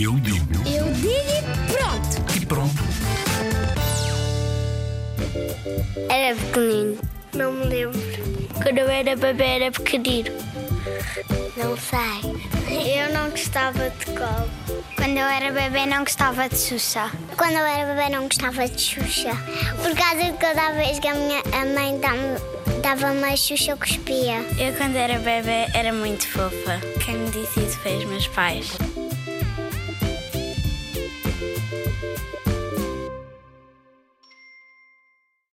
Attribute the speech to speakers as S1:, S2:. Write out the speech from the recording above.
S1: Eu digo
S2: Eu digo e pronto!
S1: e pronto.
S2: Era pequenino. Não me lembro. Quando eu era bebê era pequenino. Não sei. Eu não gostava de colo. Quando eu era bebê não gostava de Xuxa. Quando eu era bebê não gostava de Xuxa. Por causa de cada vez que a minha a mãe dava- dava-me a Xuxa eu cuspia.
S3: Eu, quando era bebê, era muito fofa. Quem me disse isso foi os meus pais.